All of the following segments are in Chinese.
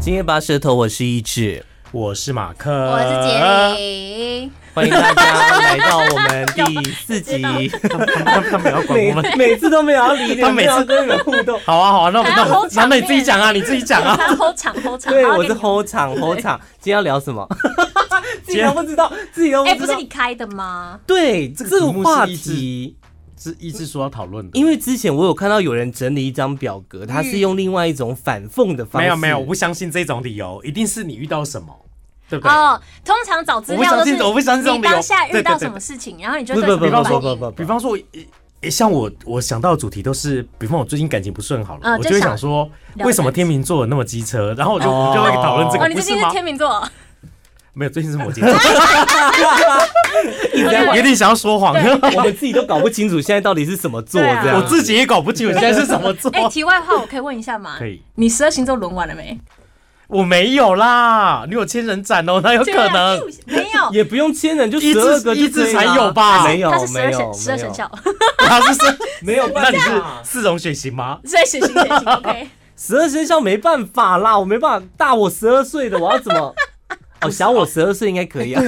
今天拔舌头，我是一志，我是马克，我是杰里，欢迎大家来到我们第四集。他们他们要管我们。每次都没有要理你他每次没有要跟你们互动。好啊好啊，那我们还要那我 hold 那场面你自己讲啊，你自己讲啊。他 hold 场 hold 场，对，然后我给是你 hold 场 hold 场，今天要聊什么？自己都不知道，自己都哎，知不道是你开的吗？对这这个个题目是话一致题，是一直说要讨论的，因为之前我有看到有人整理一张表格，他是用另外一种反讽的方式。没有没有，我不相信这种理由，一定是你遇到什么，对不对？哦，通常找资我不料相都信是我不相信这种你理由当下对遇对到对什么事情，然后你就不对不不比什么方反说不不应。不，比方说，诶诶像我我想到的主题都是，比方我最近感情不是很好了，嗯我就就会想想说，聊为什么感情天秤座有那么机车？然后我就哦就会讨论这哦，个，你不是最近是吗？天秤啊座，没有，最近是摩羯座，一直在玩有点想要说谎，我们自己都搞不清楚现在到底是什么座对啊这样。 我自己也搞不清我现在是什么座。哎，题外话，我可以问一下吗？哦可以，你十二星座轮完了没？我没有啦，你有千人斩哦，哪有对啊啊可能？没有， 也不用千人，就一十只二个就一只可以了才有吧没有它是十没二有生十二生肖， 他是是，没有那办你是法，四种血型吗？所以血型血型 OK。十二生肖没办法啦，我没办法大我十二岁的，我要怎 么？哦，小我十二岁应该可以啊，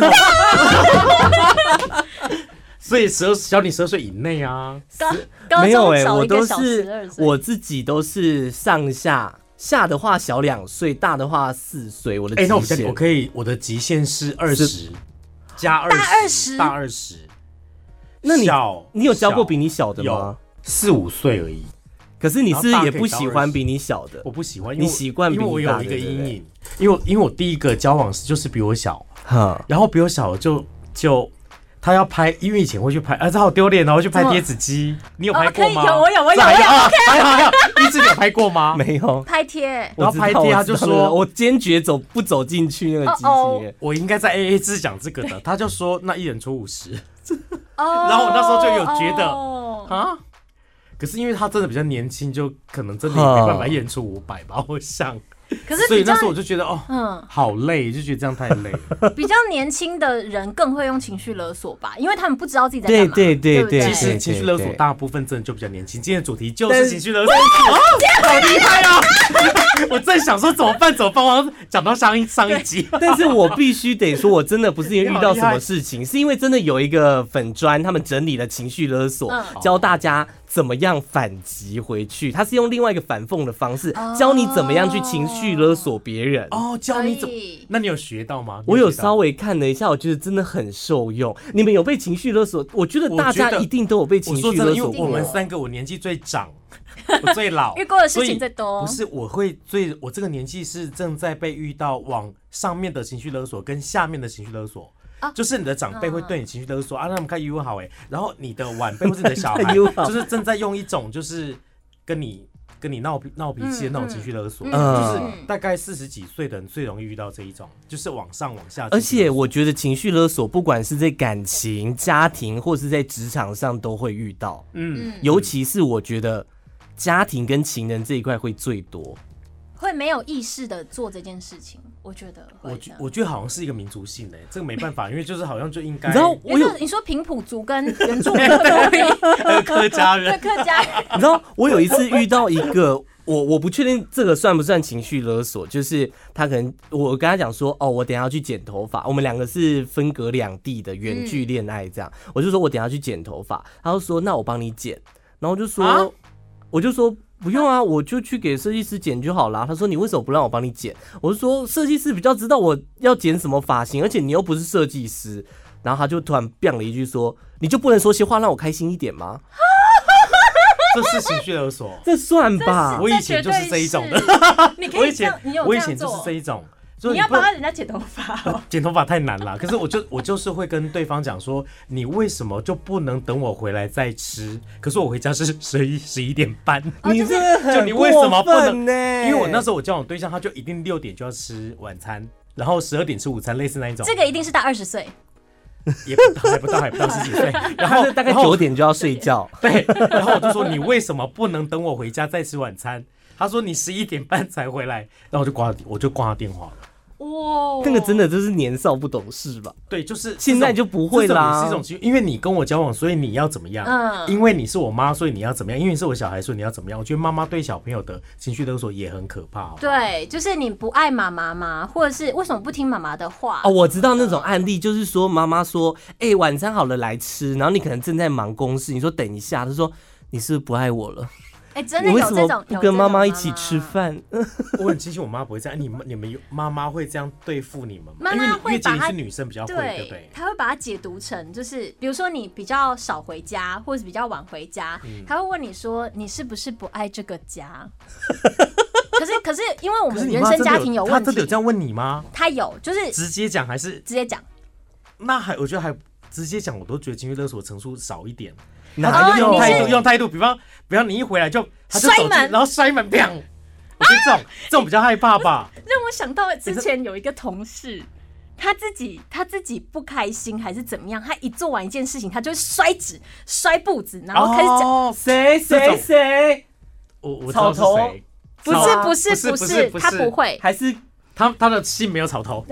所以十二小你十二岁以内啊，高高没有中哎、少了我一个都小十二是岁，我自己都是上下下的话小两岁，大的话四岁，我的哎、那我极比较限我可以，我的极限是二十加二20大二十。那你小你有教过比你小的有吗？四五岁而已，可是你是不是然后也大可以不到喜20欢比你小的我不喜欢，因你为我习惯比因为我你大有一个对对阴对影，因为我因为我第一个交往是就是比我小， 哈？然后比我小就就他要拍，因为以前会去拍，啊，这好丢脸哦，去拍怎么贴纸机，你有哦拍可过以吗？有我有我有这还我有啊还好还好，一直有拍过 吗？没有，拍贴。然后拍我知贴道他就我知道那个说我坚决走不走进去那个机哦器耶。我应该在 A A 制讲这个的，他就说那一人出五十哦，然后我那时候就有觉得得，啊。可是因为他真的比较年轻，就可能真的也没办法一人出五百哦吧，我想。可是所以比较那时候我就觉得哦，嗯，好累，就觉得这样太累 了。比较年轻的人更会用情绪勒索吧，因为他们不知道自己在干对嘛。对对对不对其对，实情绪勒索对大部分真的就比较年轻。今天的主题就但是是情绪勒索，啊，好厉害啊！ 我正想说怎么办，怎么办？我要讲到上一上一集，但是我必须得说，我真的不是因为遇到什么事情， 是因为真的有一个粉砖，他们整理了情绪勒索，嗯教大家怎么样反击回去。他是用另外一个反讽的方式，教你怎么样去情绪勒索别人。哦，教所你怎么？以那你有学到吗？我有你学到吗稍微看了一下，我觉得真的很受用。你们有被情绪勒索？我觉得大家我觉得一定都有被情我说绪真勒的，因索为过。我们三个，我年纪最长，我最老， 遇过的事所以情最多不。是，我会最我这个年纪是正在被遇到往上面的情绪勒索跟下面的情绪勒索。啊嗯就是你的长辈会对你情绪勒索啊，让他们看 U 好哎、然后你的晚辈或是你的小看孩， U 好就是正在用一种就是跟你跟你闹脾闹脾气的那种情绪勒索，嗯嗯就是大概四十几岁的人最容易遇到这一种，就是往上往下。而且我觉得情绪勒索，不管是在感情、家庭，或是在职场上，都会遇到。嗯，嗯，尤其是我觉得家庭跟情人这一块会最多。会没有意识的做这件事情，我觉得我会这觉样。我觉得好像是一个民族性哎、这个没办法，因为就是好像就应该，你知道你我有，说你说平埔族跟原住民都会还有客家人对 客家人你知道我有一次遇到一个。我我不确定这个算不算情绪勒索，就是他可能我跟他讲说，哦，我等一下要去剪头发，我们两个是分隔两地的远嗯距恋爱这样，我就说我等一下去剪头发，他就说那我帮你剪，然后我就说、啊我就说不用啊，我就去给设计师剪就好啦。他说你为什么不让我帮你剪？我就说设计师比较知道我要剪什么发型，而且你又不是设计师。然后他就突然变了一句说，你就不能说些话让我开心一点吗？这是情绪勒索。这算吧， 我以前就是这一种的。这绝对是 你我可以以这前样，你有我这以样前就是做这。一种，就你是要不帮人家剪头 发哦，剪头发太难了。可是我就我就是会跟对方讲说，你为什么就不能等我回来再吃？可是我回家是十一十一点半，哦你就是真的很就你为什么不能过分呢？欸因为我那时候我交往对象，他就一定六点就要吃晚餐。然后十二点吃午餐，类似那一种，这个一定是大二十岁，也不到还不到还不到十几岁，然他后是大概然后九点就要睡觉，对，然后我就说你为什么不能等我回家再吃晚餐？他说你十一点半才回来，然后我就挂我就挂他电话了。哇，那个真的就是年少不懂事吧？对，就是现在就不会啦这种也是一种情绪，因为你跟我交往，所以你要怎么样？嗯因为你是我妈，所以你要怎么样？因为你是我小孩，所以你要怎么样？我觉得妈妈对小朋友的情绪勒索也很可怕、哦。对，啊就是你不爱妈妈吗？或者是为什么不听妈妈的话？哦，我知道那种案例，就是说妈妈说：“哎、晚餐好了，来吃。”然后你可能正在忙公事，你说等一下，她说：“你是不是不爱我了？哎、真的你为有什这么种不有跟这妈种哦妈一起吃饭？”我很庆幸我妈不会这样。你们你们有妈妈会这样对付你们吗？妈妈因为你会因为姐把你她是女生比较啊会，对不对对，？他会把它解读成就是，比如说你比较少回家，或者是比较晚回家，嗯他会问你说你是不是不爱这个家？ 可是可是因为我可是们你原妈生真的家庭有，有她问真的有这题，样问你吗？他有就是直接讲还是直接讲，那还我觉得还直接讲，我都觉得情绪勒索层数少一点。哪哦用你态是度，用态度，比方，比方你一回来就他就摔走进门然后摔门，砰！我觉得这种这种比较害怕吧。让我想到之前有一个同事。他自己他自己不开心还是怎么样？他一做完一件事情，他就会摔纸、摔步子，然后开始讲哦，谁这谁种谁？我我知草道是头谁，不是草不是啊不是是，不是他 不会还是他他的姓没有草头，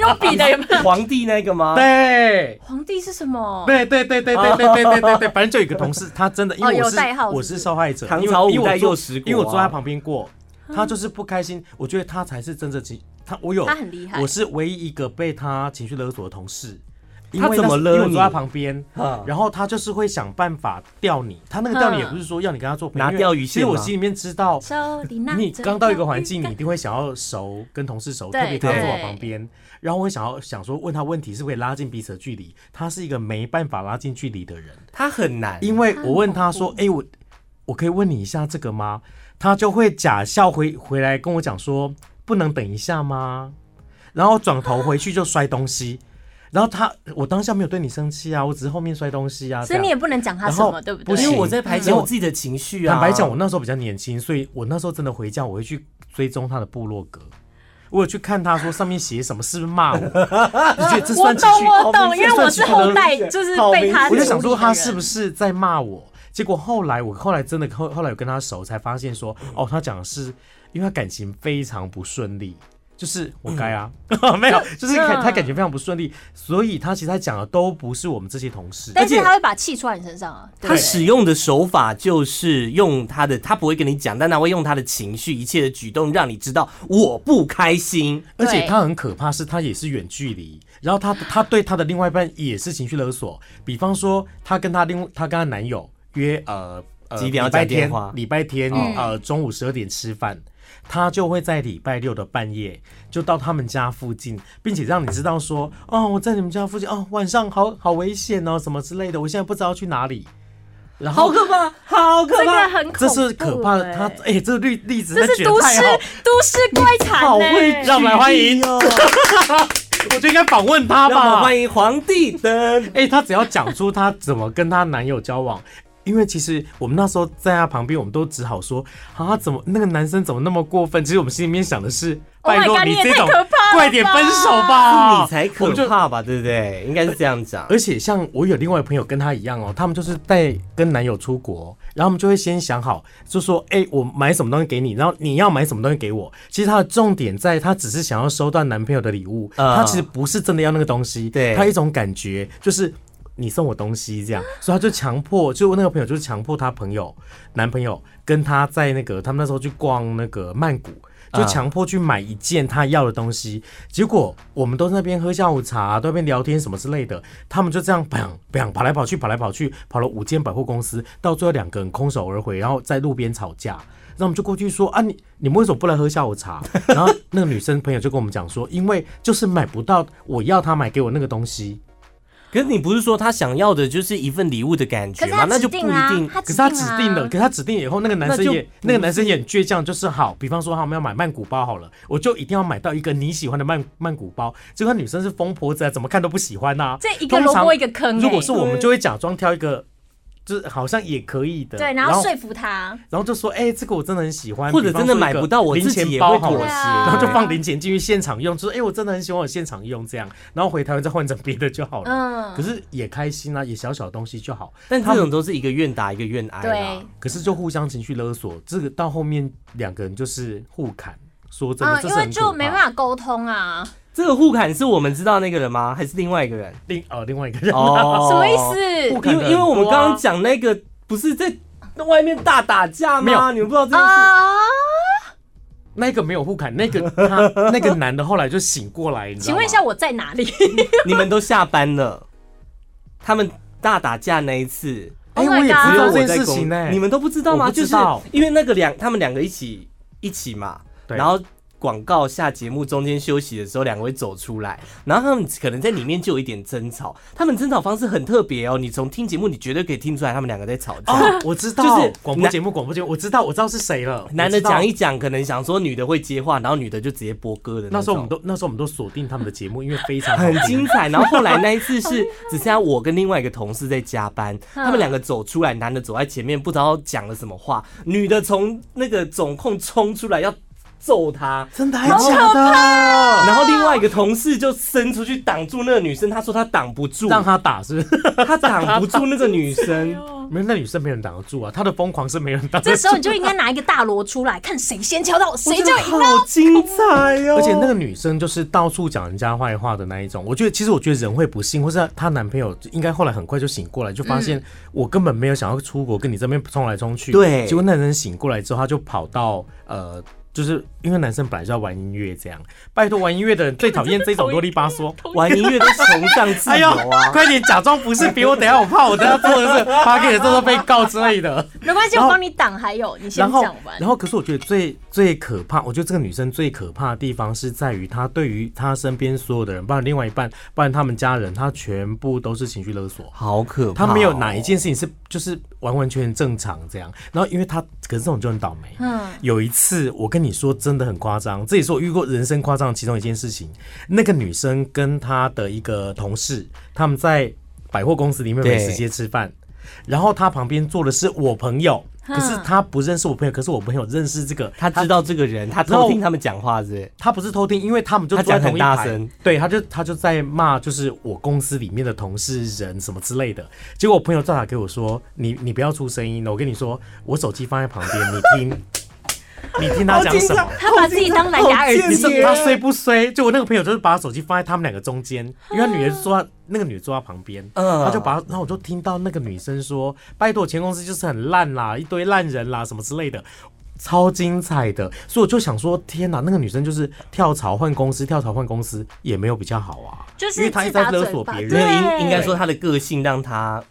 用笔的有没有？皇帝那个吗？对。皇帝是什么？对对对对对对对对对对，反正就有一个同事，他真的因哦为有我是代号是我不是是受害者，唐因为朝五因为我代坐又十国因为我坐在啊他旁边过，他就是不开心，我觉得他才是真的情，他我有他很厉害我是唯一一个被他情绪勒索的同事，因他为怎那么是勒因为我你坐在旁边，啊然后他就是会想办法钓你，他那个钓你也嗯不是说要你跟他做朋友，拿因为钓鱼其实线我吗心里面知道，手里拿你着刚到一个环钓鱼境，你竿一定会想要熟，跟同事熟，对特别他坐我对旁边，然后我会想要想说问他问题是不是可以拉近彼此的距离，他是一个没办法拉近距离的人，他很难，因为我问他啊说，哎、我我可以问你一下这个吗？他就会假笑回回来跟我讲说，不能等一下吗？然后转头回去就摔东西，然后他我当下没有对你生气啊，我只是后面摔东西啊， 所以这样你也不能讲他然什后么，对不不对？因为行我在排解嗯我自己的情绪啊。坦白讲，我那时候比较年轻，所以我那时候真的回家，我会去追踪他的部落格，我有去看他说上面写什么，是不是 骂我？你觉得这我算情绪懂，我好懂，明因为这算我是情绪勒后索代，就是被他。我就想说他是不是？是在骂我？结果后来我后来真的后后来有跟他熟，才发现说哦，他讲的是因为他感情非常不顺利。就是活该啊， 没有，就是啊嗯感他感情非常不顺利，所以他其实他讲的都不是我们这些同事，但而是且他会把气出在你身上啊。对他使用的手法就是用他的，他不会跟你讲，但他会用他的情绪、一切的举动让你知道我不开心。而且对他很可怕，是他也是远距离，然后他他对他的另外一半也是情绪勒索，比方说他跟他另他跟他男友约呃呃几点要礼拜讲电天话礼拜天、呃中午十二点吃饭，他就会在礼拜六的半夜就到他们家附近，并且让你知道说哦我在你们家附近哦晚上好好危险哦什么之类的，我现在不知道去哪里，然后好可怕，好可这怕！个很恐怖，这是可怕的，他哎哎、这个例例子这他是举得都太市好都市怪谈好会呢。让我们来欢迎举例哦， 我就应该访问他让我们吧。欢迎皇帝 灯。哎、她只要讲出她怎么跟她男友交往，因为其实我们那时候在她旁边，我们都只好说啊，怎么那个男生怎么那么过分？其实我们心里面想的是， Oh my 拜托 God，你你也这太种可怕了快点分手吧，你才我可们就怕吧，对不对？应该是这样讲。而且像我有另外朋友跟她一样哦，他们就是带跟男友出国，然后他们就会先想好，就说哎、我买什么东西给你，然后你要买什么东西给我。其实她的重点在，她只是想要收到男朋友的礼物，啊她其实不是真的要那个东西，对她一种感觉就是。你送我东西这样，所以她就强迫，就那个朋友就是强迫她朋友男朋友跟她在那个他们那时候去逛那个曼谷，就啊强迫去买一件她要的东西，结果我们都在那边喝下午茶，都在那边聊天什么之类的，他们就这样砰砰跑来跑去，跑来跑去，跑了五间百货公司，到最后两个人空手而回，然后在路边吵架。然后我们就过去说啊，你你们为什么不来喝下午茶？ 然后那个女生朋友就跟我们讲说，因为就是买不到我要她买给我那个 东西，可是你不是说他想要的就是一份礼物的感觉可是吗他？那指就不一定啊定，。他可是她指定啊了，可是她指定以后，那个男生那就嗯也那个男生也很倔强，就是好，比方说他们要买曼谷包好了，我就一定要买到一个你喜欢的曼曼谷包。结果女生是疯婆子啊，怎么看都不喜欢呐、这一个通萝常卜一个坑哎。如果是我们，对就会假装挑一个，就是好像也可以的。对，然后说服他，然后就说，哎、这个我真的很喜欢，或者比方真说的一个买不到，我自零己钱也包会好妥了协。对啊然后就对放零钱进去现场用，就说，哎、我真的很喜欢，我现场用这样，然后回台湾再换成别的就好了。嗯可，是也开心啊，也小小的东西就好。但这种都是一个愿打一个哎愿挨啦对。可是就互相情绪勒索，这个到后面两个人就是互砍。说真的，嗯，这因是很为就可没怕办法沟通啊，这个互砍是我们知道那个人吗？还是另外一个人？另哦另外一个人，哦什么意不思？可因能为因为我们多啊刚刚讲那个不是在外面大打架没有吗？你们不知道这件 事？啊？ 那个没有互砍，那个他那个男的后来就醒过来，你知道请吗问一下，我在哪里你们都下班了，他们大打架那一次，哎、 Oh my 我也啊知只有道我这在件事公情呢、你们都不知道吗？我不就知是道因为那个两他们两个一起一起嘛，对然后广告下节目中间休息的时候，两个会走出来，然后他们可能在里面就有一点争吵，他们争吵方式很特别哦，你从听节目你绝对可以听出来他们两个在吵架。哦，我知道，就是广播节目，广播节目，我知道，我知道是谁了。男的我知道讲一，讲，可能想说女的会接话，然后女的就直接播歌的那时候我们种。都那时候我们都锁定他们的节目，因为非常好很听精彩，然后后来那一次是只剩下我跟另外一个同事在加班，他们两个走出来，男的走在前面，不知道讲了什么话，女的从那个总控冲出来要揍他，真的还假的？然后另外一个同事就伸出去挡住那个女生，他说他挡不 住，让他打是不是？他挡不住那个女生，没有，那女生没人挡得住啊，她的疯狂是没人挡得这住。时候你就应该拿一个大锣出来，看谁先敲到谁就我赢觉得好精彩哦！而且那个女生就是到处讲人家坏话的那一种。我觉得，其实我觉得人会不信，或是她男朋友应该后来很快就醒过来，就发嗯现我根本没有想要出国，跟你这边冲来冲去。对结果那人醒过来之后，他就跑到呃。就是因为男生本来就要玩音乐，这样拜托玩音乐的人最讨厌这种啰里吧嗦。玩音乐都崇尚自由哎啊，快点假装不是比我，等一下我怕我等一下做的是 p a 这都被告之类的。没关系，然我后帮你挡。还有，你先然后讲，完。然后可是我觉得最最可怕，我觉得这个女生最可怕的地方是在于她对于她身边所有的人，包括另外一半，包括他们家人，她全部都是情绪勒索。好可怕她哦！没有哪一件事情是就是完完全全正常这样。然后因为她，可是这种就很倒霉。嗯，有一次我跟你说真的很夸张，这也是我遇过人生夸张的其中一件事情。那个女生跟她的一个同事，他们在百货公司里面对美食街吃饭，然后她旁边坐的是我朋友，可是她不认识我朋友，可是我朋友认识这个，他知道这个人，他然后偷听他们讲话是不是？他不是偷听，因为他们就他坐在讲同很一大排声，对，他就他就在骂，就是我公司里面的同事人什么之类的。结果我朋友照打给我说：“你你不要出声音，我跟你说，我手机放在旁边，你听， 你听他讲什么。”他把自己当蓝牙耳 你机说他衰不衰？就我那个朋友就是把手机放在他们两个中 间，因为他女人坐在那个女坐在旁边，啊嗯他就把，然后我就听到那个女生说：“拜托，前公司就是很烂啦，一堆烂人啊啦，什么之类的。”超精彩的，所以我就想说，天哪，那个女生就是跳槽换公司，跳槽换公司也没有比较好啊，就是因为她一直在勒索别自没打嘴有巴人，应应该说他的个性让他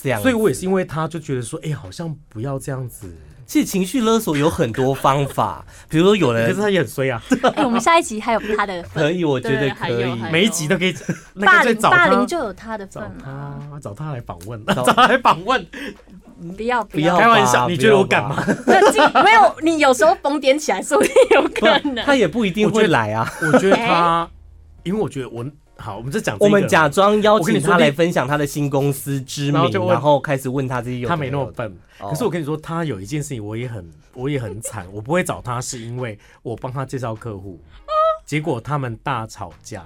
这哎样，所以我也是因为她就觉得说，哎、好像不要这样子，其实情绪勒索有很多方法，比如说有呃可是人她也很衰啊，哎，我们下一集还有他的份，可以，我觉对得还可有以。还有每一集都可以， 那霸干脆凌找霸她凌就有嗯他的份找了，他，找他来访问， 找找他来访问，不要不不要吧开玩笑不要吧你觉得我敢吗那这 没有你有时候疯癫起来，说不定有 可不 能。他也不一定我觉会得来啊。我觉得他，因为我觉得我好，我们就讲这我个们假装邀我跟你请说他你来分享他的新公司知然后名就，问然后开始问他这些有的他没那么有的笨，哦可是我跟你说，他有一件事情我也很我也很惨，我不会找他是因为我帮他介绍客户，结果他们大吵架。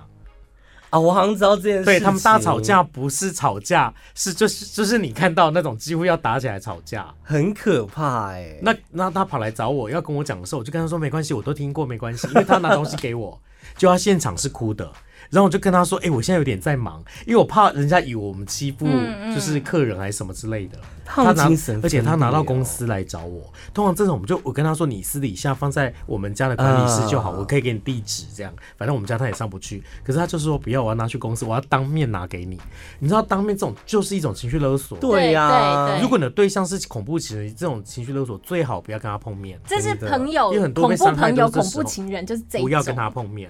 啊！我好像知道这件事。对他们大吵，架不是吵架，是就是就是你看到那种几乎要打起来吵架。很可怕哎。那那他跑来找我要跟我讲的时候，我就跟他说没关系，我都听过，没关系，因为他拿东西给我， 就他现场是哭的。然后我就跟他说：“哎、我现在有点在忙，因为我怕人家以为我们欺负就是客人还是什么之类的。他他们嗯拿精神，哦而且他拿到司。公司来找我，通常这种我们就我跟他说：“你私底下放在我们家的管理室就好，啊我可以给你地址，这样反正我们家他也上不去。”可是他就说：“不要，我要拿去公司，我要当面拿给你。”你知道，当面这种就是一种情绪勒索。对啊呀、对对如果你的对象是恐怖情人，这种情绪勒索最好不要跟他碰面，这是真的朋友因为很，多恐被怖伤害朋都友，是这恐时候怖情人，就是这一种。不要跟他碰面。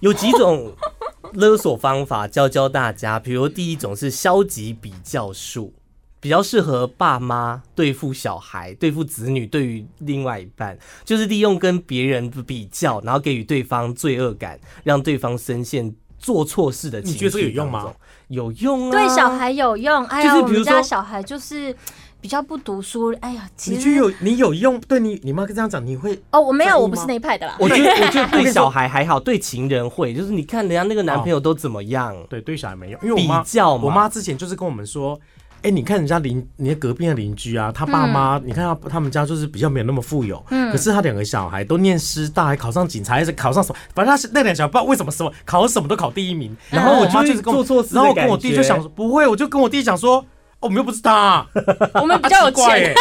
有几种勒索方法教教大家，比如第一种是消极比较术，比较适合爸妈对付小孩、对付子女，对于另外一半，就是利用跟别人比较，然后给予对方罪恶感，让对方深陷做错事的情绪。你觉得这个有用吗？有用啊！对小。孩有用。哎呀，就是我比如们说家小孩就是比较不读书。哎呀，其你就实有你有用，对你你妈这样讲，你会哦，我没在意有，我不吗是那一派的啦。我觉得，我觉得我跟对你说小孩还好，对情人会，就是哦你看人家那个男朋友都怎么样，对对小孩没用，因为我比妈较嘛。我妈之前就是跟我们说，哎、你看人家邻，你的隔壁的邻居啊，他爸嗯妈，你看他他们家就是比较没有那么富有，可是他两个小孩都念师大，还考上警察，还是考上什么，反正他是那两个小孩不知道为什么什么考什么都考第一名，嗯然后我妈就是跟我，做错事的然后我跟我弟感觉就想说，不会，我就跟我弟讲说，哦我们又不是他、啊我们比他较有奇怪钱，欸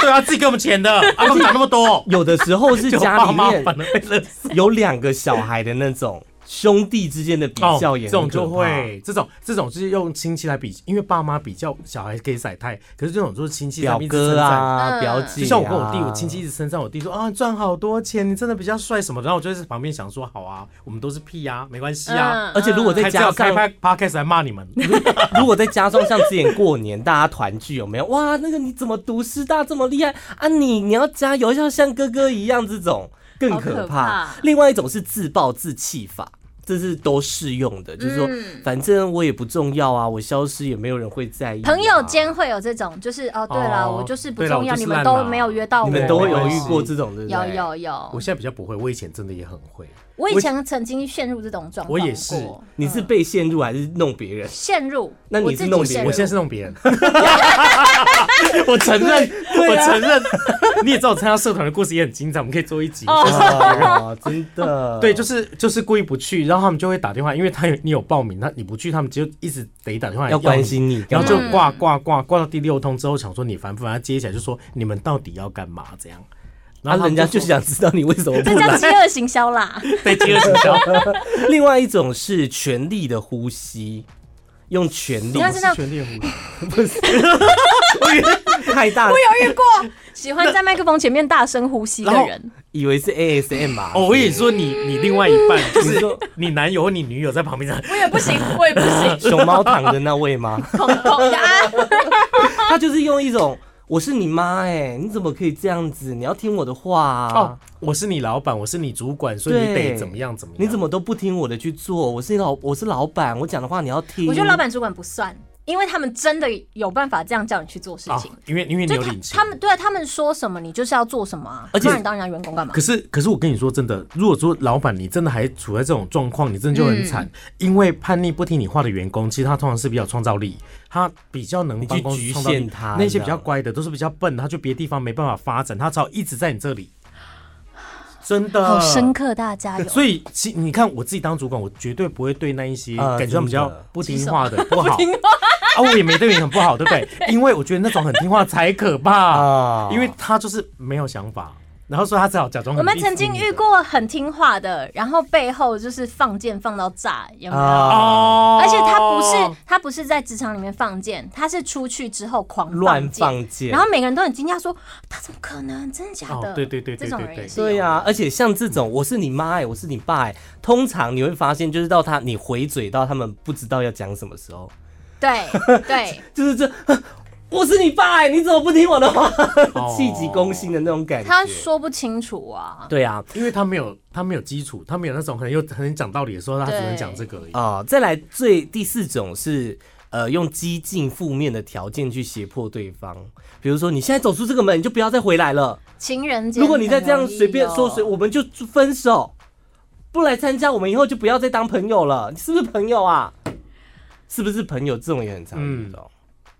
对啊，自己给我们钱的，啊，他们讲那么多，有的时候是 就家爸里妈面反而被勒死。 有两个小孩的那种兄弟之间的比哦，较也这很种就可怕会，这种这种就是用亲戚来比，因为爸妈比较小孩可以晒太，可是这种就是亲戚在那表边一直称哥赞。啊、嗯表姐、啊，就像我跟我弟，我亲戚一直称赞我弟说啊，赚好多钱，你真的比较帅什么的。然后我就在旁边想说，好啊，我们都是屁啊，没关系嗯啊。而且如果在开加开上，拍 podcast 来骂你们， 如果再加上像之前过年大家团聚有没有？哇，那个你怎么读师大这么厉害啊你？你要加油，要像哥哥一样，这种更好可可怕另外一种是自暴自弃法，这是都适用的，就是说、嗯反正我也不重要啊，我消失也没有人会在意、啊朋友。间会有这种，就是哦，对了，哦我就是不对了重我要，就是你们烂都啦没有约到我，你们都会有遇过这种，对不有对？有我有，现在比较不会，我以前真的也很会。我以前曾经陷入这种状况我也是过你是被陷入还是弄别人？陷入，那你我是自己弄别陷人入我现 在是弄别人， 我承认，我承认。你也知道，我参加社团的故事也很精彩，我们可以做一集。哦，真 的，对，就是就是故意不去，然后他们就会打电话，因为他有你有报名，他你不去，他们就一直得打电话来要你关，心你，嗯然后干就嘛挂挂挂挂到第六通之后，想说你烦不烦？他接起来就说你们到底要干嘛？这样，然然后后他啊人们家说就想知道你为什么 不这叫来。饥饿行销 啦。被饥 饿营销，另外一种是全力的呼吸，用全力你看是那全力呼吸，太大，有遇过喜欢在麦克风前面大声呼吸的然后人，以为是 ASM 啊。哦，我也说你你另外一半就 是你说你男友或你女友在旁边讲，我也不行，我也不行， 熊猫躺的那位吗？恐恐嗯啊！他就是用一种我是你妈哎，你怎么可以这样子？你要听我的话哦啊！，我是你老板，我是你主管，所以你得对怎么样怎么样？你怎么都不听我的去做？我是老我是老板，我讲的话你要听。我觉得老板主管不算，因为他们真的有办法这样叫你去做事啊情。？因为因为你就有他领情他。们对啊他们说什么，你就是要做什么啊，而且不然你当人家员工干嘛可？是，可是我跟你说真的，如果说老板你真的还处在这种状况，你真的就嗯很惨。因为叛逆不听你话的员工，其实他通常是比较有创造力，他比较能你帮去公司局创造力限他那些这比样较乖的，都是比较笨的，他去别的地方没办法发展，他只好一直在你这里。真的，好深刻，大家啊有。所以，其你看我自己当主管，我绝对不会对那一些啊感觉他们比较真的不听话 的不好啊，我也没对你很不好，对不对？因为我觉得那种很听话才可怕，啊因为他就是没有想法，然后所以他只好假装很我们理曾性经的遇过很听话的，然后背后就是放箭放到炸，啊有没有？哦，而且他不是他不是在职场里面放箭，他是出去之后狂乱箭，放箭，然后每个人都很惊讶说：“他怎么可能？真的假的？”哦对对对对这种对人对也是有。对呀、啊而且像这种我是你妈哎、我是你爸哎、通常你会发现就是到他你回嘴到他们不知道要讲什么时候，对对，就是这 我是你爸哎、你怎么不听我的话哦，气急攻心的那种感觉。他说不清楚啊。对啊，因为他没有他没有基础，他没有那种很有很讲道理的时候，他只能讲这个而已。啊、再来最第四种是。呃，用激进负面的条件去胁迫对方，比如说你现在走出这个门，你就不要再回来了。情人节，如果你再这样随便说哦谁，，我们就分手，不来参加，我们以后就不要再当朋友了。你是不是朋友啊？是不是朋友？这种也很常嗯遇到。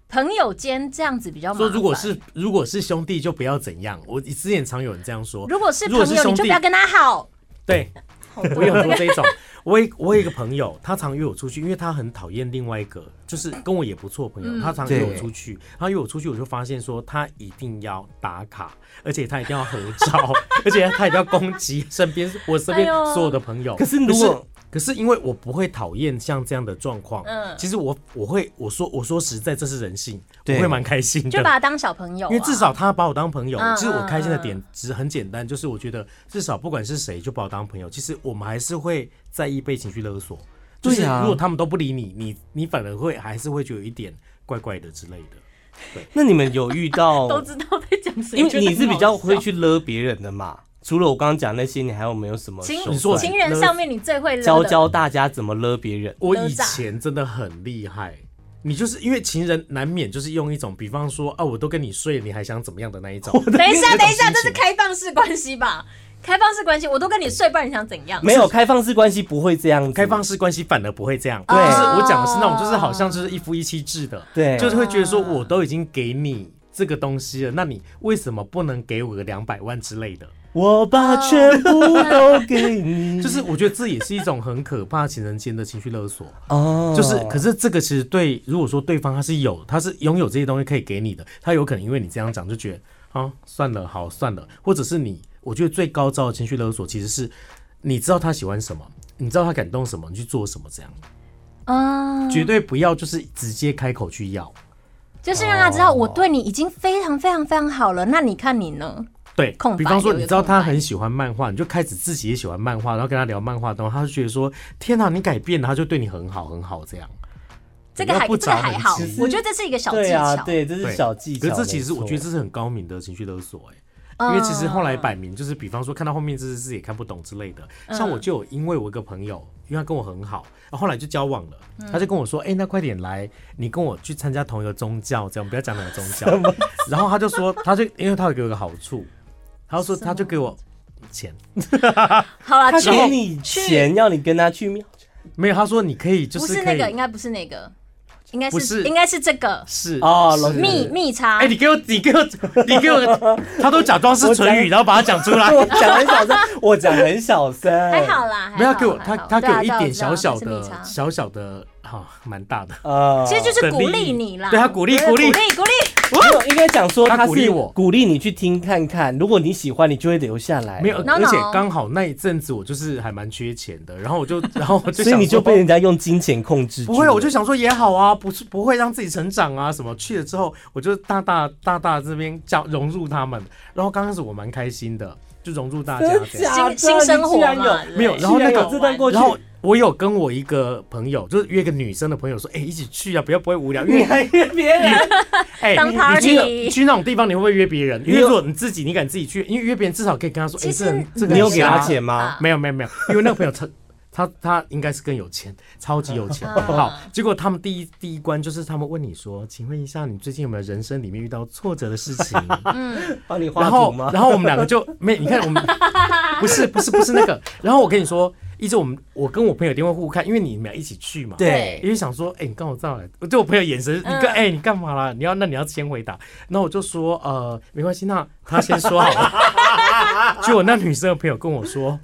朋友间这样子比较麻说烦。如果是如果是兄弟就不要怎样，我之前常有人这样说，如果是朋如果友，是兄你弟就不要跟他好。对好我有多很多这一种。我有我有一个朋友，他常约我出去，因为他很讨厌另外一个，就是跟我也不错的朋嗯友，他常约我出去。他约我出去，我就发现说他一定要打卡，而且他一定要合照， 而且他一定要攻击身 边我身边哎呦所有的朋友。可是如果可是因为我不会讨厌像这样的状况，嗯其实我我会我说我说实在，这是人性，我对会蛮开心就的。把他当小朋友啊，因为至少他把我当朋友，嗯其实我开心的点只很简单，就是我觉得至少不管是谁，就把我当朋友。其实我们还是会在意被情绪勒索，就是对啊如果他们都不理你，你你反而会还是会觉得有一点怪怪的之类的。那你们有遇到？ 啊都知道在讲谁。因为你是比较会会去勒别人的嘛。除了我刚刚讲那些，你还有没有什么情手你说段情人上面，你最会教撩的。教大家怎么勒别人？我哪以吒前真的很厉害，你就是因为情人难免就是用一种，比 方说啊，我都跟你睡了，你还想怎么样的那一种。等一下，那种等一下，心这是情开放式关系吧？开放式关系，我都跟你睡，不然你想怎样？没有开放式关系不会这样子，开放式关系反而不会这样，对就是我讲的是那种，就是好像就是一夫一妻制的，对就是会觉得说我都已经给你这个东西了，那你为什么不能给我个两百万之类的？我把全部都给你，就是我觉得这也是一种很可怕情人间的情绪勒索， 哦，就是可是这个其实对，如果说对方他是有，他是拥有这些东西可以给你的，他有可能因为你这样讲就觉得啊算了，好算了，或者是你，我觉得最高招的情绪勒索其实是你知道他喜欢什么，你知道他感动什么，你去做什么这样。嗯，绝对不要就是直接开口去要。就是让他知道我对你已经非常非常非常好了。那你看你呢？对空白比方说，有一个你知道他空白很喜欢漫画，你就开始自己也喜欢漫画，然后跟他聊漫画，然后他就觉得说：“天哪、你改变了，他就对你很好，很好。”这样，这个还不这个着还好痕迹，我觉得这是一个小技对啊，巧。对，这是对小技巧。可是这其实没错我觉得这是很高明的情绪勒索、哎。嗯因为其实后来摆明就是，比方说看到后面就是自己也看不懂之类的。嗯像我就有因为我一个朋友，因为他跟我很好，然后后来就交往了，嗯他就跟我说：“哎、那快点来，你跟我去参加同一个宗教，这样不要讲哪个宗 教。”然后他就说，他就因为他有给我个好处，他就说他就给我钱，好啦，他去给你钱，要你跟他去庙，没有他说你可以就不是可那以个，应该不是那个，应该不是是应该是这个是哦老是蜜蜜茶哎、。你给我你给我你给我，他都假装是唇语，然后把它讲出 来。我讲很小声，我讲很小声，还好啦，哎没有他给我还他好他给我一点小小。对啊对啊我知道的那是蜜小小的哈，蛮大的。啊茶其实就是鼓的利励益你啦，哦对他鼓励对鼓励鼓励鼓励，没有应该讲说他他鼓励是我鼓励你去听看看，如果你喜欢，你就会留下来。没有， No, 而且 no 刚好那一阵子我就是还蛮缺钱的，然后我就，然后我就想所以你就说被人家用金钱控制住不了。会，我就想说也好啊，不是不会让自己成长啊什么。去了之后，我就大大大大这边叫融入他们，然后刚开始我蛮开心的，就融入大家这真样。假新的新生活你居嘛然有对没有然后那个新生活这段过去然后我有跟我一个朋友，就是约一个女生的朋友说，哎、一起去啊，不要不会无聊，因你为还约别人，哎、当你你去 party 那去那种地方，你会不会约别人？因你为有如果你自己，你敢自己去，因为约别人至少可以跟他说，哎、其这实人这个 你有人给他瞎钱吗？啊没有没有没有，因为那个朋友他 他他应该是更有钱，超级有钱。啊好，结果他们第一第一关就是他们问你说，请问一下，你最近有没有人生里面遇到挫折的事情？帮哦你画然图后吗？然后我们两个就没，你看我们 不是不是不是那个。然后我跟你说，一直我们我跟我朋友电话互看，因为你们俩一起去嘛。对因为想说，哎、你干嘛这样来？我对我朋友眼神，你干，哎、你干嘛啦？你要那你要先回答。那我就说，呃，没关系，那他先说好了。结果那女生的朋友跟我说，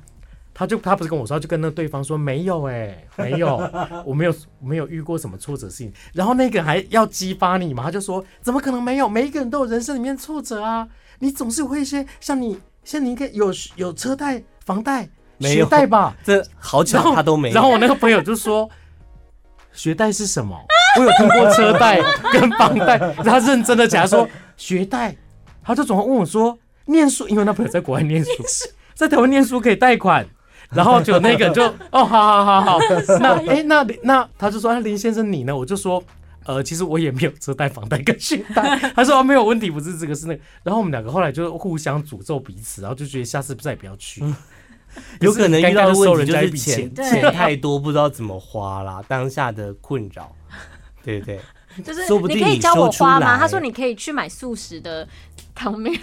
他就他不是跟我说，他就跟那对方说没有、哎，没 有，我没有我没有遇过什么挫折性。然后那个人还要激发你嘛，他就说，怎么可能没有？每一个人都有人生里面挫折啊，你总是会一些像你像你应该有有车贷、房贷、没学有 贷吧？这好然巧，后他都没有。然后我那个朋友就说：“学贷是什么？我有听过车贷跟房贷。”他认真的讲他 说：“学贷。”他就总问我说：“念书，因为那朋友在国外念书， 在台湾念书可以贷款。”然后就那个就哦，好好好 好，那哎、那那他就说：“那林先生你呢？”我就说。呃，其实我也没有车贷、房贷跟学 贷。他说、啊、没有问题，不是这个是那个。然后我们两个后来就互相诅咒彼此，然后就觉得下次再也不要去。 有可能遇到的就是尴尬地收问题人就家一是笔钱对钱太多，不知道怎么花啦，当下的困扰，对不对？就是说不定你可以你教我说出花吗？来他说你可以去买素食的汤面，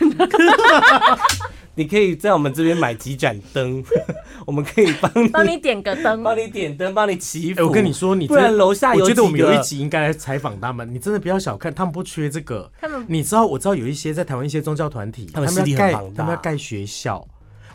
你可以在我们这边买几盏灯， 我们可以帮你帮你点个灯。帮你点灯，帮你祈哎、福。我跟你说，你不真的然楼下有我觉得我们几个有一集应该来采访他们。你真的不要小看他们，不缺这个。他们你知道，我知道有一些在台湾一些宗教团体，他他们势力要很盖，庞大他们要盖学校。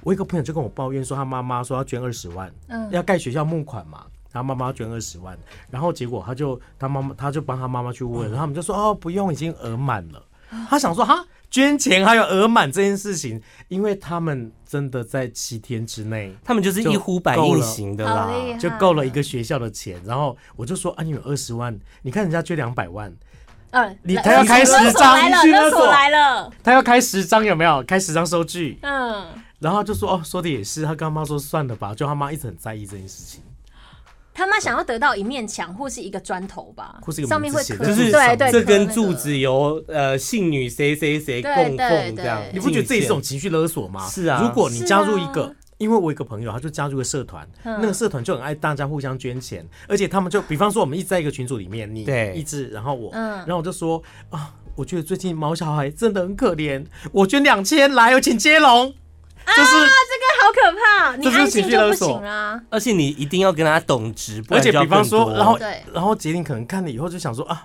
我一个朋友就跟我抱怨说，他妈妈说要捐二十万，嗯要盖学校募款嘛。然后妈妈捐二十万，然后结果他就他妈妈他就帮他妈妈去嗯问，然后他们就说哦不用，已经额满了。他想说哈捐钱还有额满这件事情，因为他们真的在七天之内他们就是一呼百应型的啦好。厉害就够了一个学校的钱，然后我就说啊，你有二十万，你看人家捐两百万，嗯，你来他要勒索开十勒索张来了，去勒勒索索来了。他要开十张有没有？开十张收据，嗯，然后他就说哦，说的也是，他跟他妈说算了吧，就他妈一直很在意这件事情，他妈想要得到一面墙或是一个砖头吧，或是一个上面会名字写刻，的就是对对，这刻啊根那个柱子由呃信女谁谁谁对供对奉这对样，你不觉得这也是一种情绪勒索吗？哎是啊如果你是加入一啊个。因为我有一个朋友，他就加入个社团，嗯那个社团就很爱大家互相捐钱，而且他们就，比方说我们一直在一个群组里面，你对一直，然后我，嗯然后我就说啊，我觉得啊最近毛小孩真的很可怜，我捐两千来，有请接龙，就是、好可怕！你这是安情静绪就勒不索行啊啦。而且你一定要跟他懂直，不而然且就要比方更多说，然后对然后杰林可能看了以后就想说啊，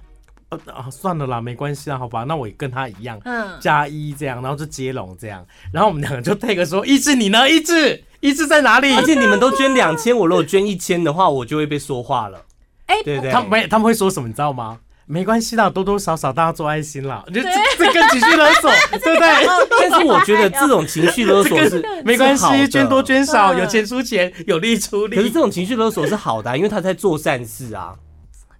呃啊算了啦，没关系啦，好吧，那我也跟他一样嗯，加一这样，然后就接龙这样，然后我们两个就 take 说，一志你呢？一志，一志在哪里？啊而且你们都捐两千，我如果捐一千的话，我就会被说话了，哎、对不对？他们没他们会说什么，你知道吗？没关系啦，多多少少大家做爱心啦，就这这跟情绪勒 索，对不对？但是我觉得这种情绪勒索 是没关系，捐多。是好的捐少，嗯有钱出钱，有力出力。可是这种情绪勒索是好的啊、因为他在做善事啊。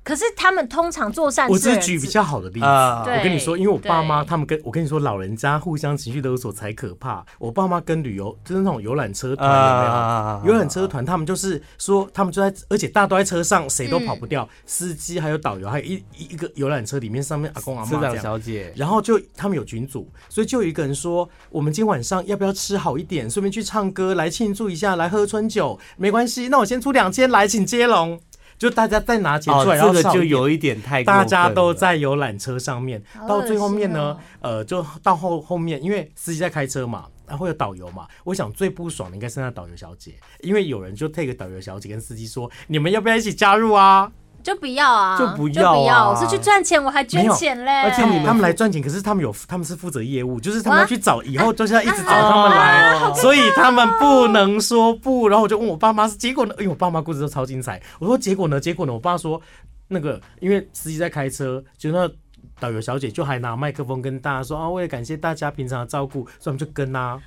可是他们通常做善事，我只是举比，较好的例子。啊对我跟你说，因为我爸妈对他们跟我跟你说，老人家互相情绪勒索才可怕。我爸妈跟旅游就是那种游览车团啊有没有？游览车团他们就是说，他们就在，而且大家都在车上，谁都跑不嗯掉，司机还有导游，还有一一一个游览车里面上面阿公阿车妈这长样。小姐，然后就他们有群组，所以就有一个人说，我们今晚上要不要吃好一点，顺便去唱歌来庆祝一下，来喝春酒，没关系，那我先出两千来，请接龙。就大家再拿钱哦，出来，然后这个少就一点有一啊点太过分大了家都在游览车上面，好哦到最后面恶呢心，呃，就到后后面，因为司机在开车嘛，然后有导游嘛，我想最不爽的应该是那导游小姐，因为有人就 take 导游小姐跟司机说，你们要不要一起加入啊？就不要啊，就不不要啊我是去赚钱，我还捐钱嘞，而且你们他们来赚钱，可是他们有他们是负责业务，就是他们要去找，以后就是要一直找他们啊来好尴，尬 所以他们不能说不。然后我就问我爸妈是结果呢？因哎为我爸妈故事都超精彩。我说结果呢？结果呢？我爸说那个因为司机在开车，就那。导游小姐就还拿麦克风跟大家说啊，为了感谢大家平常的照顾，所以我们就跟啊，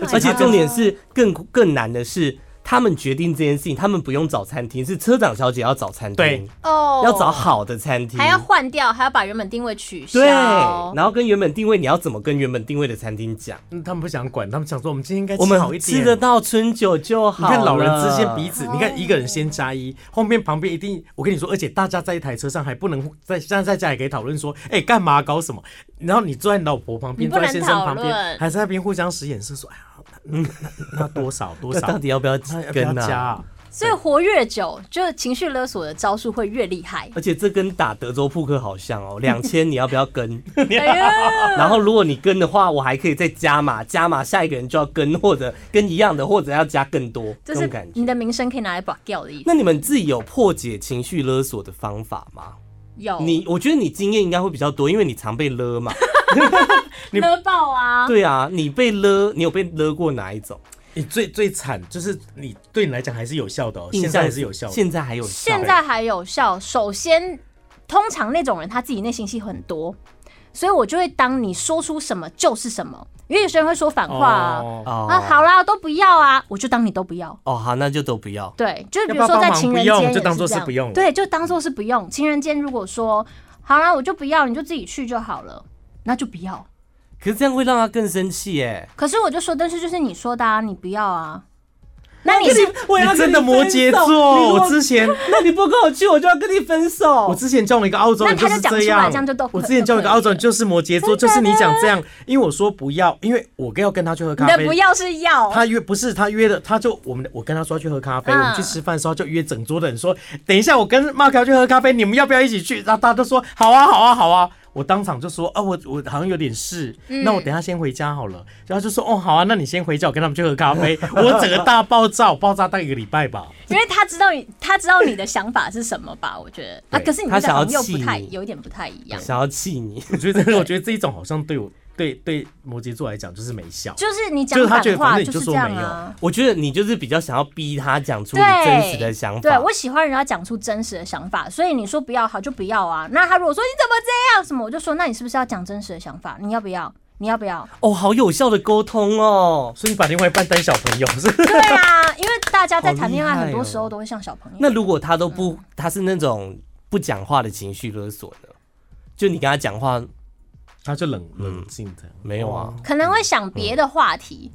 而且 Oh my 重点是更更难的是，他们决定这件事情，他们不用找餐厅，是车长小姐要找餐厅，对， God 哦，要找好的餐厅，还要换掉，还要把原本定位取消，对，然后跟原本定位你要怎么跟原本定位的餐厅讲？嗯他们不想管，他们想说我们今天应该我吃好一们点，吃得到春酒就好你了。看老人之间彼此，哦你看一个人先加一，后面旁边一定，我跟你说，而且大家在一台车上还不能在现在在家里可以讨论说，哎、干嘛搞什么？然后你坐在你老婆旁边，你坐不能在先生旁讨论边，还在那边互相使眼色说，哎呀，那那那多少 多那到少，底要不要那要不要跟加、啊？啊？所以活越久，就情绪勒索的招数会越厉 害。而且这跟打德州扑克好像哦， 两千你要不要跟？ 哎呀，然后如果你跟的话，我还可以再加码，加码下一个人就要跟，或者跟一样的，或者要加更多，就这是种感你觉。的名声可以拿来保掉的意思。那你们自己有破解情绪勒索的方法吗？有你我觉得你经验应该会比较多，因为你常被勒嘛。勒爆啊！对啊，你被勒，你有被勒过哪一种？你最最惨就是你对你来讲还是有效的、哦，印现象在还是有效的。现在还有效。现在还有效。首先，通常那种人他自己内心戏很多，所以我就会当你说出什么就是什么，因为有些人会说反话啊，哦，哦啊好啦，都不要啊，我就当你都不要。哦，好，那就都不要。对，就是比要如不要说在帮忙情不人用间也就当作这是样不用了对，就当做是不用。情人间如果说好啦，我就不要，你就自己去就好了，那就不要。可是这样会让他更生气耶。可是我就说，但是就是你说的啊，你不要啊。那你那是我你真的摩羯座，我之前。那你不跟我去，我就要跟你分手。我之前叫了一个澳洲人哦那他是就讲出这来样，这样就都我之前叫了一个澳洲人就是摩羯座，就是你讲这样，因为我说不要，因为我要跟他去喝你咖的啡不。要是要，他约不是他约的，他就我们我跟他说要去喝咖啡，嗯我们去吃饭的时候就约整桌的人说，等一下我跟 Mark 要去喝咖啡，你们要不要一起去？然后大家都说好啊好啊好啊，我当场就说啊我我好像有点事，嗯那我等一下先回家好了。然后就说哦好啊，那你先回家，我跟他们去喝咖啡。我整个大爆炸，我爆炸大概一个礼拜吧。因为他知道你，他知道你的想法是什么吧？我觉得啊，对可是你他的想要好像又气不太，你有一点不太一样。想要气你， 我觉得，我觉得这一种好像对我对对摩羯座来讲就是没效，就是你就讲是他觉反得话反正你就是就这说样没有啊。我觉得你就是比较想要逼他讲出你真实的想法。对，对我喜欢人家讲出真实的想法，所以你说不要好就不要啊。那他如果说你怎么这样什么，我就说那你是不是要讲真实的想法？你要不要？你要不 要？哦，好有效的沟通哦。所以你把另外一半当小朋友 是对啊，因为大家在谈恋爱好厉害很多哦时候都会像小朋友。那如果他都不，他是那种不讲话的情绪勒索呢？就你跟他讲话他就冷冷静的，没有啊？可能会想别的话题，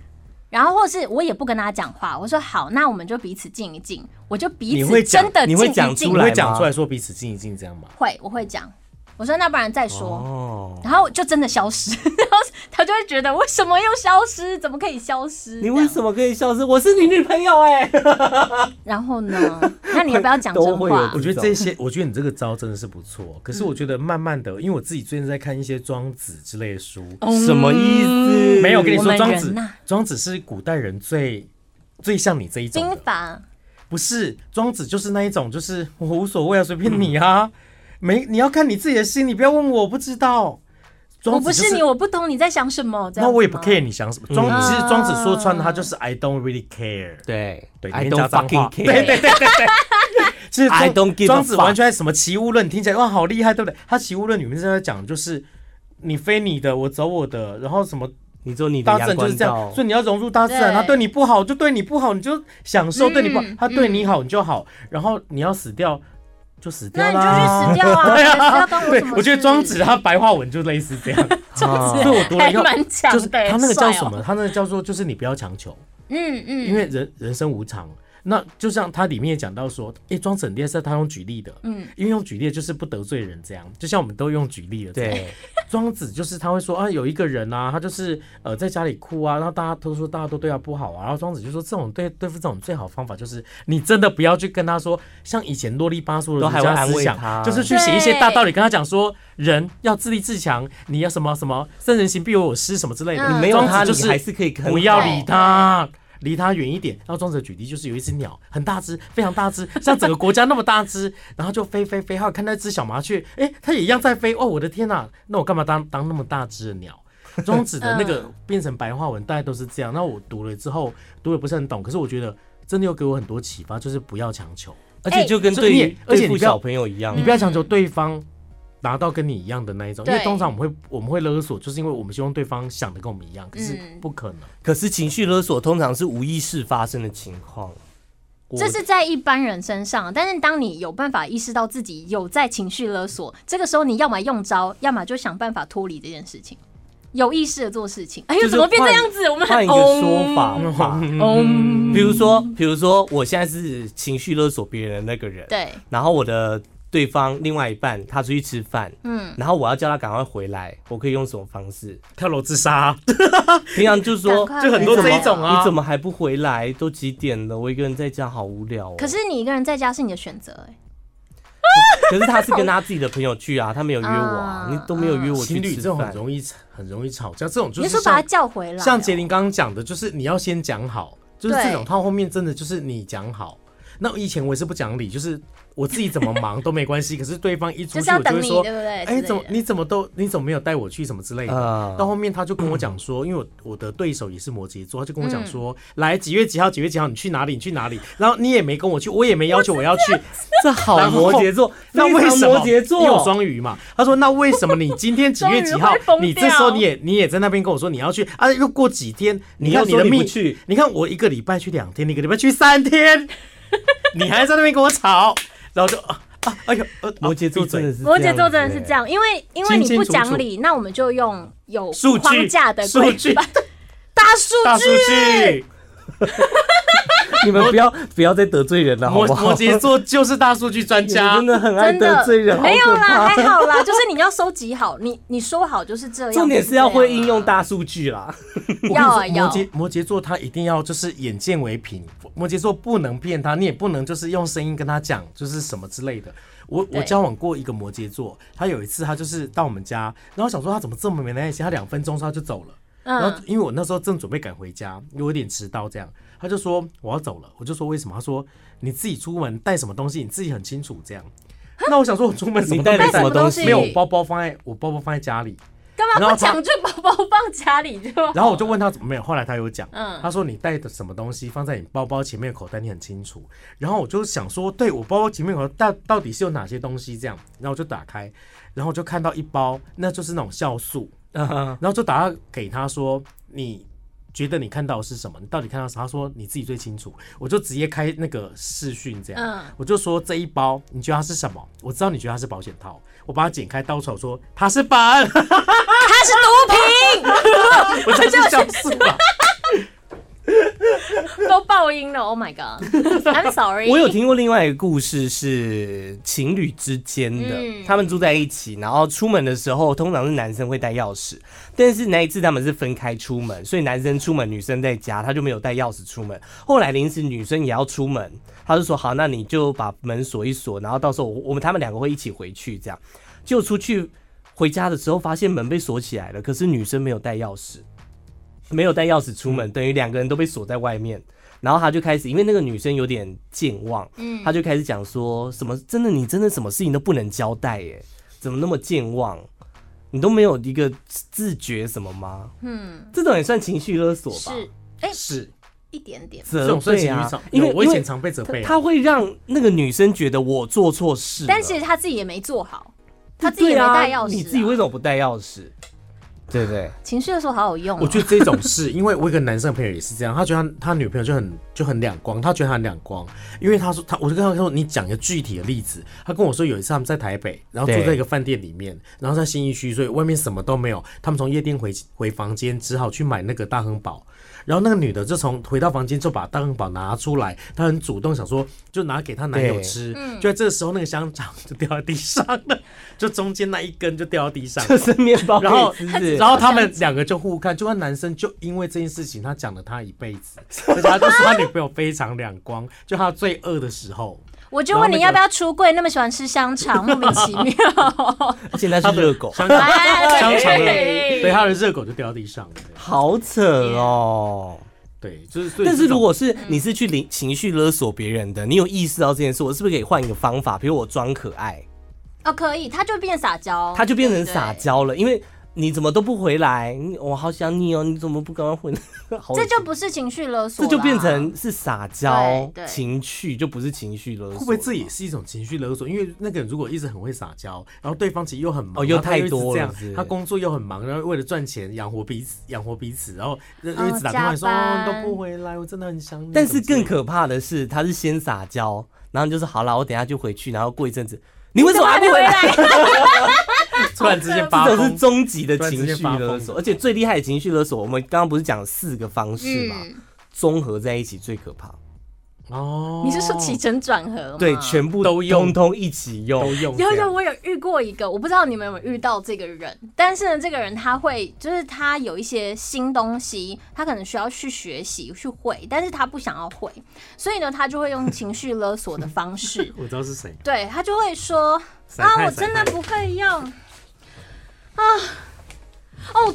然后或是我也不跟他讲话，我说好，那我们就彼此静一静，我就彼你此会讲真的你静会一讲静出你来吗会讲出来说彼此静一静这样吗？会，我会讲。我说那不然再说，哦，然后就真的消失， 然后他就会觉得为什么又消失？怎么可以消失？你为么？什么可以笑？是我是你女朋友哎、然 后呢？那你要不要讲都真会有话我？觉得这些，我觉得你这个招真的是不 错。可是我觉得慢慢的，因为我自己最近在看一些庄子之类的书，什么意思？没有我跟你嗯我说，们庄人子呐庄子是古代人最最像你这一种兵的，法不是庄子就是那一种，就是我无所谓啊，随便你啊，没你要看你自己的心，你不要问我，我不知道。我庄不子就是你，我不懂你在想什么。这那样我也子不吗 care 你想什么。庄、嗯其实庄子说穿他就是 I don't really care。对对，I 里面加 don't 脏话 fucking 对对 care。对对对。其实 I 庄 don't give a 庄子 fuck 完全在什么《齐物论》听起来哇好厉害，对不对？他《齐物论》里面是在讲就是你飞你的，我走我的，然后什么你做你的大自阳然就光是这样照，，所以你要融入大自然，对他对你不好就对你不好，你就享受嗯对你不好，他对你嗯好你就好，然后你要死掉就死掉那你就啦。去死掉啊！对死啊掉关我什对么，事我觉得庄子他白话文就类似这样，啊所以我读了还以后，蛮强就是的，他那个帅叫哦什么？？他那个叫做就是你不要强求，嗯嗯，因为人人生无常。那就像他里面也讲到说，诶，庄子很厉害，是他用举例的，嗯因为用举例就是不得罪人这样，就像我们都用举例的这样。对，庄子就是他会说啊，有一个人啊，他就是呃在家里哭啊，然后大家都说大家都对他不好啊，然后庄子就说这种对对付这种最好方法就是你真的不要去跟他说，像以前啰里吧嗦的都还儒会家安思慰想，他就是去写一些大道理跟他讲说，人要自立自强，你要什么什么圣人行必有我师什么之类的，嗯你没有庄子他，就你是还是可以很不要好理他，离他远一点。然后庄子的举例就是有一只鸟，很大只，非常大只，像整个国家那么大只， 然后就飞飞飞，还有看那只小麻雀，哎，它也一样在飞。哦，我的天呐、那我干嘛当当那么大只的鸟？ 庄子的那嗯个变成白话文，大概都是这样。那我读了之后，读的不是很懂，可是我觉得真的有给我很多启发，就是不要强求，而且就跟哎所以对你也于而且对付你不要嗯小朋友一样你，不要强求对方达到跟你一样的那一种，因为嗯对通常我们会我们会勒索，就是因为我们希望对方想的跟我们一样，可是嗯不可能。 可是情绪勒索通常是无意识发生的情况。我这是在一般人身上，但是当你有办法意识到自己有在情绪勒索，这个时候你要么用招，要么就想办法脱离这件事情，有意识的做事情。哎呦，就是怎么变这换样子？我们换一个说法 吧，嗯，比如说，比如说，我现在是情绪勒索别人的那个人，对，然后我的对方另外一半他出去吃饭，嗯，然后我要叫他赶快回来，我可以用什么方式？跳楼自杀、平常就说赶快就很多你怎么这一种啊你怎么还不回来？都几点了？我一个人在家好无聊、哦。可是你一个人在家是你的选择、哎，可是他是跟他自己的朋友去啊，他没有约我啊，啊你都没有约我去情侣吃这种很饭。容易很容易吵架，这种就你是说把他像叫回来哦、像杰林刚刚讲的，就是你要先讲好，就是对这种他后面真的就是你讲好。那以前我也是不讲理，就是我自己怎么忙都没关系，可是对方一出就去是我要就等会你，说对，不对？之哎，类怎么的你怎么都你怎么没有带我去什么之类的。啊到后面他就跟我讲说，因为我我的对手也是摩羯座，他就跟我讲说，来几月几号几月几号你去哪里你去哪里，然后你也没跟我去，我也没要求我要去，这好摩羯座， 那非为常什么？摩羯因为我座？双鱼嘛。他说：“那为什么你今天几 月几号终于会疯？掉你这时候你也你也在那边跟我说你要去啊？又过几天，你看又你的说你命不去，你看我一个礼拜去两天，你一个礼拜去三 天，你还在那边跟我吵，然后就啊啊哎呦，呃摩羯座真的闭嘴是啊摩羯座真的是这样，因为因为你清不清楚讲楚理，那我们就用有数据框架的数规据 范大数大据数据，欸，你们不要不要再得罪人了，好摩不好摩？羯座就是大数据专 你们家真。的很爱哎得罪人，好没有可啦，怕。还好啦， 就是你要收集好，你你说好就是这样。重点是要会应用大，大数据啦。要我啊跟你说要摩羯摩羯座他一定要就是眼见为凭，摩羯座不能骗他，你也不能就是用声音跟他讲就是什么之类的。我我对交往过一个摩羯座，他有一次他就是到我们家，然后想说他怎么这么没耐心，他两分钟他就走了。然后嗯，因为我那时候正准备赶回家，因为我有点迟到，这样他就说我要走了，我就说为什么？他说你自己出门带什么东西，你自己很清楚这样。那我想说，我出门什么你带了都没什么带东西没有，我包包放在我包包放在家里，干然嘛后不他讲就包包放家里就？ 然后我就问他怎么没有，后来他有讲，嗯他说你带的什么东西放在你包包前面的口袋，你很清楚。然后我就想说，对我包包前面口袋到到底是有哪些东西这样，然后我就打开，然后我就看到一包，那就是那种酵素，然后就打电话给他说你。觉得你看到的是什么？你到底看到什么？他说你自己最清楚。我就直接开那个视讯这样，嗯我就说这一包你觉得它是什么？我知道你觉得它是保险套，我把它剪开倒出来，我说它是板，它是毒我就是酵素 吧。品， 都爆音了。Oh my god，I'm sorry。我有听过另外一个故事，是情侣之间的，嗯他们住在一起，然后出门的时候，通常是男生会带钥匙，但是那一次他们是分开出门，所以男生出门，女生在家，他就没有带钥匙出门。后来临时女生也要出门，他就说好，那你就把门锁一锁，然后到时候我我们他们两个会一起回去，这样就出去回家的时候，发现门被锁起来了，嗯可是女生没有带钥匙。没有带钥匙出门，等于两个人都被锁在外面。然后他就开始，因为那个女生有点健忘，嗯他就开始讲说什么真的你真的什么事情都不能交代耶，怎么那么健忘？你都没有一个自觉什么吗？嗯，这种也算情绪勒索吧？是，哎、是一点点，责这种算备情啊绪上，，因为有我以因为前常被责他备啊，他会让那个女生觉得我做错事了，但其实他自己也没做好，他自己也没带对钥匙、啊，你自己为什么不带钥匙？对不 对？情绪的时候好好用、哦，我觉得这种事，因为我有个男生朋友也是这样，他觉得他他女朋友就很就很两光，他觉得他很两光，因为他说他，我就跟他说你讲一个具体的例子，他跟我说有一次他们在台北，然后住对在一个饭店里面，然后在新一区，所以外面什么都没有，他们从夜店回回房间，只好去买那个大亨堡。然后那个女的就从回到房间就把大亨堡拿出来，她很主动想说就拿给她男友对吃，就在这个时候那个香肠就掉在地上了，就中间那一根就掉到地 上就了，是面 包可以然后吃是，然后他们两个就互看，就那男生就因为这件事情，他讲了他一辈子，而且他就说他女朋友非常两光，就他最饿的时候，我就问你要不要出柜，那么喜欢吃香肠，莫名其妙。 而且那是热狗，香肠哎香肠的，对对他的热狗就掉地上了，好扯哦。对，就是所以但是这种如果嗯是你是去领情绪勒索别人的，你有意识到这件事，我是不是可以换一个方法？比如我装可爱，哦，可以，他就变撒娇，他就变成哦对撒。娇了，因为你怎么都不回来，你我好想你哦，你怎么不赶快回来？ 好恶这心就不是情绪勒索这啦，就变成是撒娇对对情绪，就不是情绪勒索了。会不会这也是一种情绪勒索？因为那个人如果一直很会撒娇，然后对方其实又很忙，哦又然后他一直太多了这样是不是他工作又很忙，然后为了赚钱养活彼此，养活彼此，然后就哦一直打电话说、加哦、班你都不回来，我真的很想你。但是更可。可怕的是，他是先撒娇，然后你就是好啦，我等一下就回去，然后过一阵子，你为什么还不回来？突然之间发这种是疯，终极的突然之情间绪发勒疯索，而且最厉害的情绪勒索，我们刚刚不是讲四个方式嘛，嗯，综合在一起最可怕。嗯哦 你是说起承转合吗？对，全部都通用通一起都用。用有这样，有，我有遇过一个，我不知道你们有没有遇到这个人，但是呢，这个人他会，就是他有一些新东西，他可能需要去学习去会，但是他不想要会，所以呢，他就会用情绪勒索的方式 我知道是谁。对他就会说甩啊，开我甩真开的不会用啊，哦，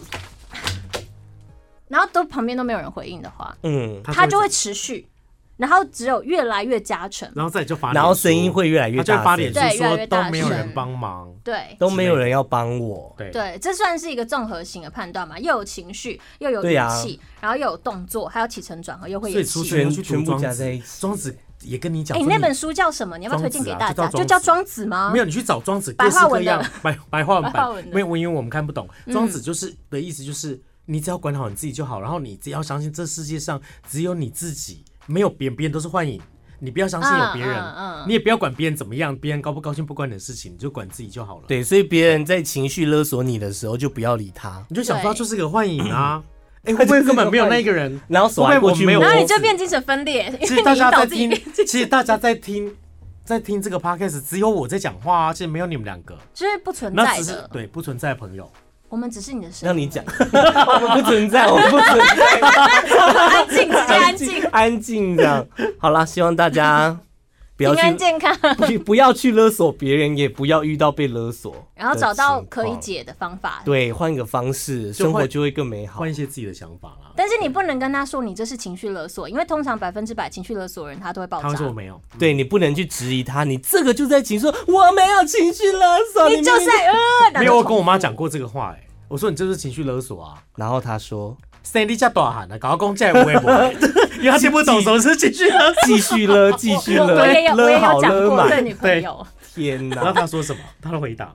然后都旁边都没有人回应的话，嗯，他就会，持续，然后只有越来越加成，然后再就发脸书，然后声音会越来越他就大声，会发脸书对越来说越都大没有声人帮忙，对。都没有人要帮我。对，对，这算是一个综合型的判断嘛，又有情绪，又有对语啊气，然后又有动作，还有起承转合，又会所演以出戏。去全要去读全部庄加在一子，起庄子也跟你讲哎，说你你，那本书叫什么？你要不要推荐给大家？庄子啊就就叫叫《庄子》吗？没有，你去找庄子白各式话各文的样白白话文白话文版，的嗯没有文言文我们看不懂。庄子就是的意思就是，你只要管好你自己就好，然后你只要相信这世界上只有你自己，没有别人，别人都是幻影。你不要相信有别人，嗯嗯嗯你也不要管别人怎么样，别人高不高兴不关你的事情，你就管自己就好了。对，所以别人在情绪勒索你的时候，就不要理他，你就想说他对就是个幻影啊， 哎、会不会根本没有那一个人？然后手还过去会不会我没有摸然后你就变精神分裂，啊其因为实你大引家导在自己听变，其实大家在听，在听这个 podcast，只有我在讲话啊，其实没有你们两个， 就是不存那在只是的。对不存在的朋友。我们只是你的声让音，你讲， 我们不存在，我们不存在， 安 静，直接安静，安静这样。好啦，希望大家不平要去安健康， 不不要去勒索别人，也不要遇到被勒索，然后找到可以。解的方法。对，换一个方式，就生活换就会更美好换。一些自己的想法啦。但是你不能跟他说你这是情绪勒索，因为通常百分之百情绪勒索的人他都会爆他会说我炸。没有，对你不能去质疑他，你这个就在情绪，我没有情绪勒索，你就是明明呃，然后没有，就我跟我妈讲过这个话、哎，我说你这是情绪勒索啊，然后他说三你家大喊啊，搞公债我也不会，因为他听不懂什么是情绪勒索。继续 勒，继续我我也有勒，我勒也有好讲勒过我的满，女朋友。天然后哪！他说什么？他的回 答，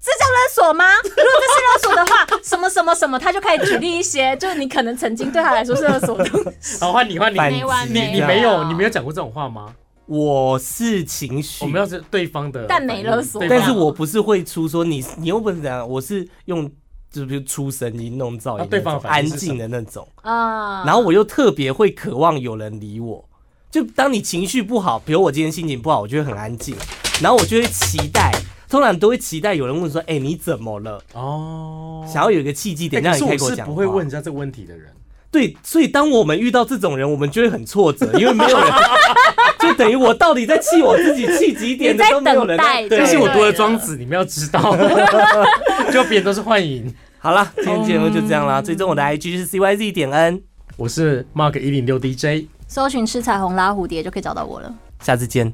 这叫勒索吗？如果这是勒索的话，什么什么什么，他就开始举例一些，就是你可能曾经对他来说是勒索的东西。好换你换你，反你击完没你这样没有了你没有讲过这种话吗？我是情绪我，们要是对方的但反应，没勒索对但是方我不是会出说你，你又不能怎样，我是用就比如出声音弄噪音那种，那啊对方的反安应是什静么的那种。啊 然后我又特别会渴望有人理我。就当你情绪不好，比如我今天心情不好，我就会很安静，然后我就会期待，通常都会期待有人问说：“哎、你怎么了哦？”想要有一个契机欸点让可你是开我口是讲。不会问人。家这个问题的人，对，所以当我们遇到这种人，我们就会很挫折，因为没 有人，就等于我到底在气我自己气几点的你在都没有人啊等来待对但就是我读对了的庄子，你们要知道， 就别人都是幻影。好啦，哦今天节目就这样啦。追踪我的 IG 是 CYZ 点 N，我是 Mark 一零六 DJ，搜寻吃彩虹拉蝴蝶就可以找到我了。下次见。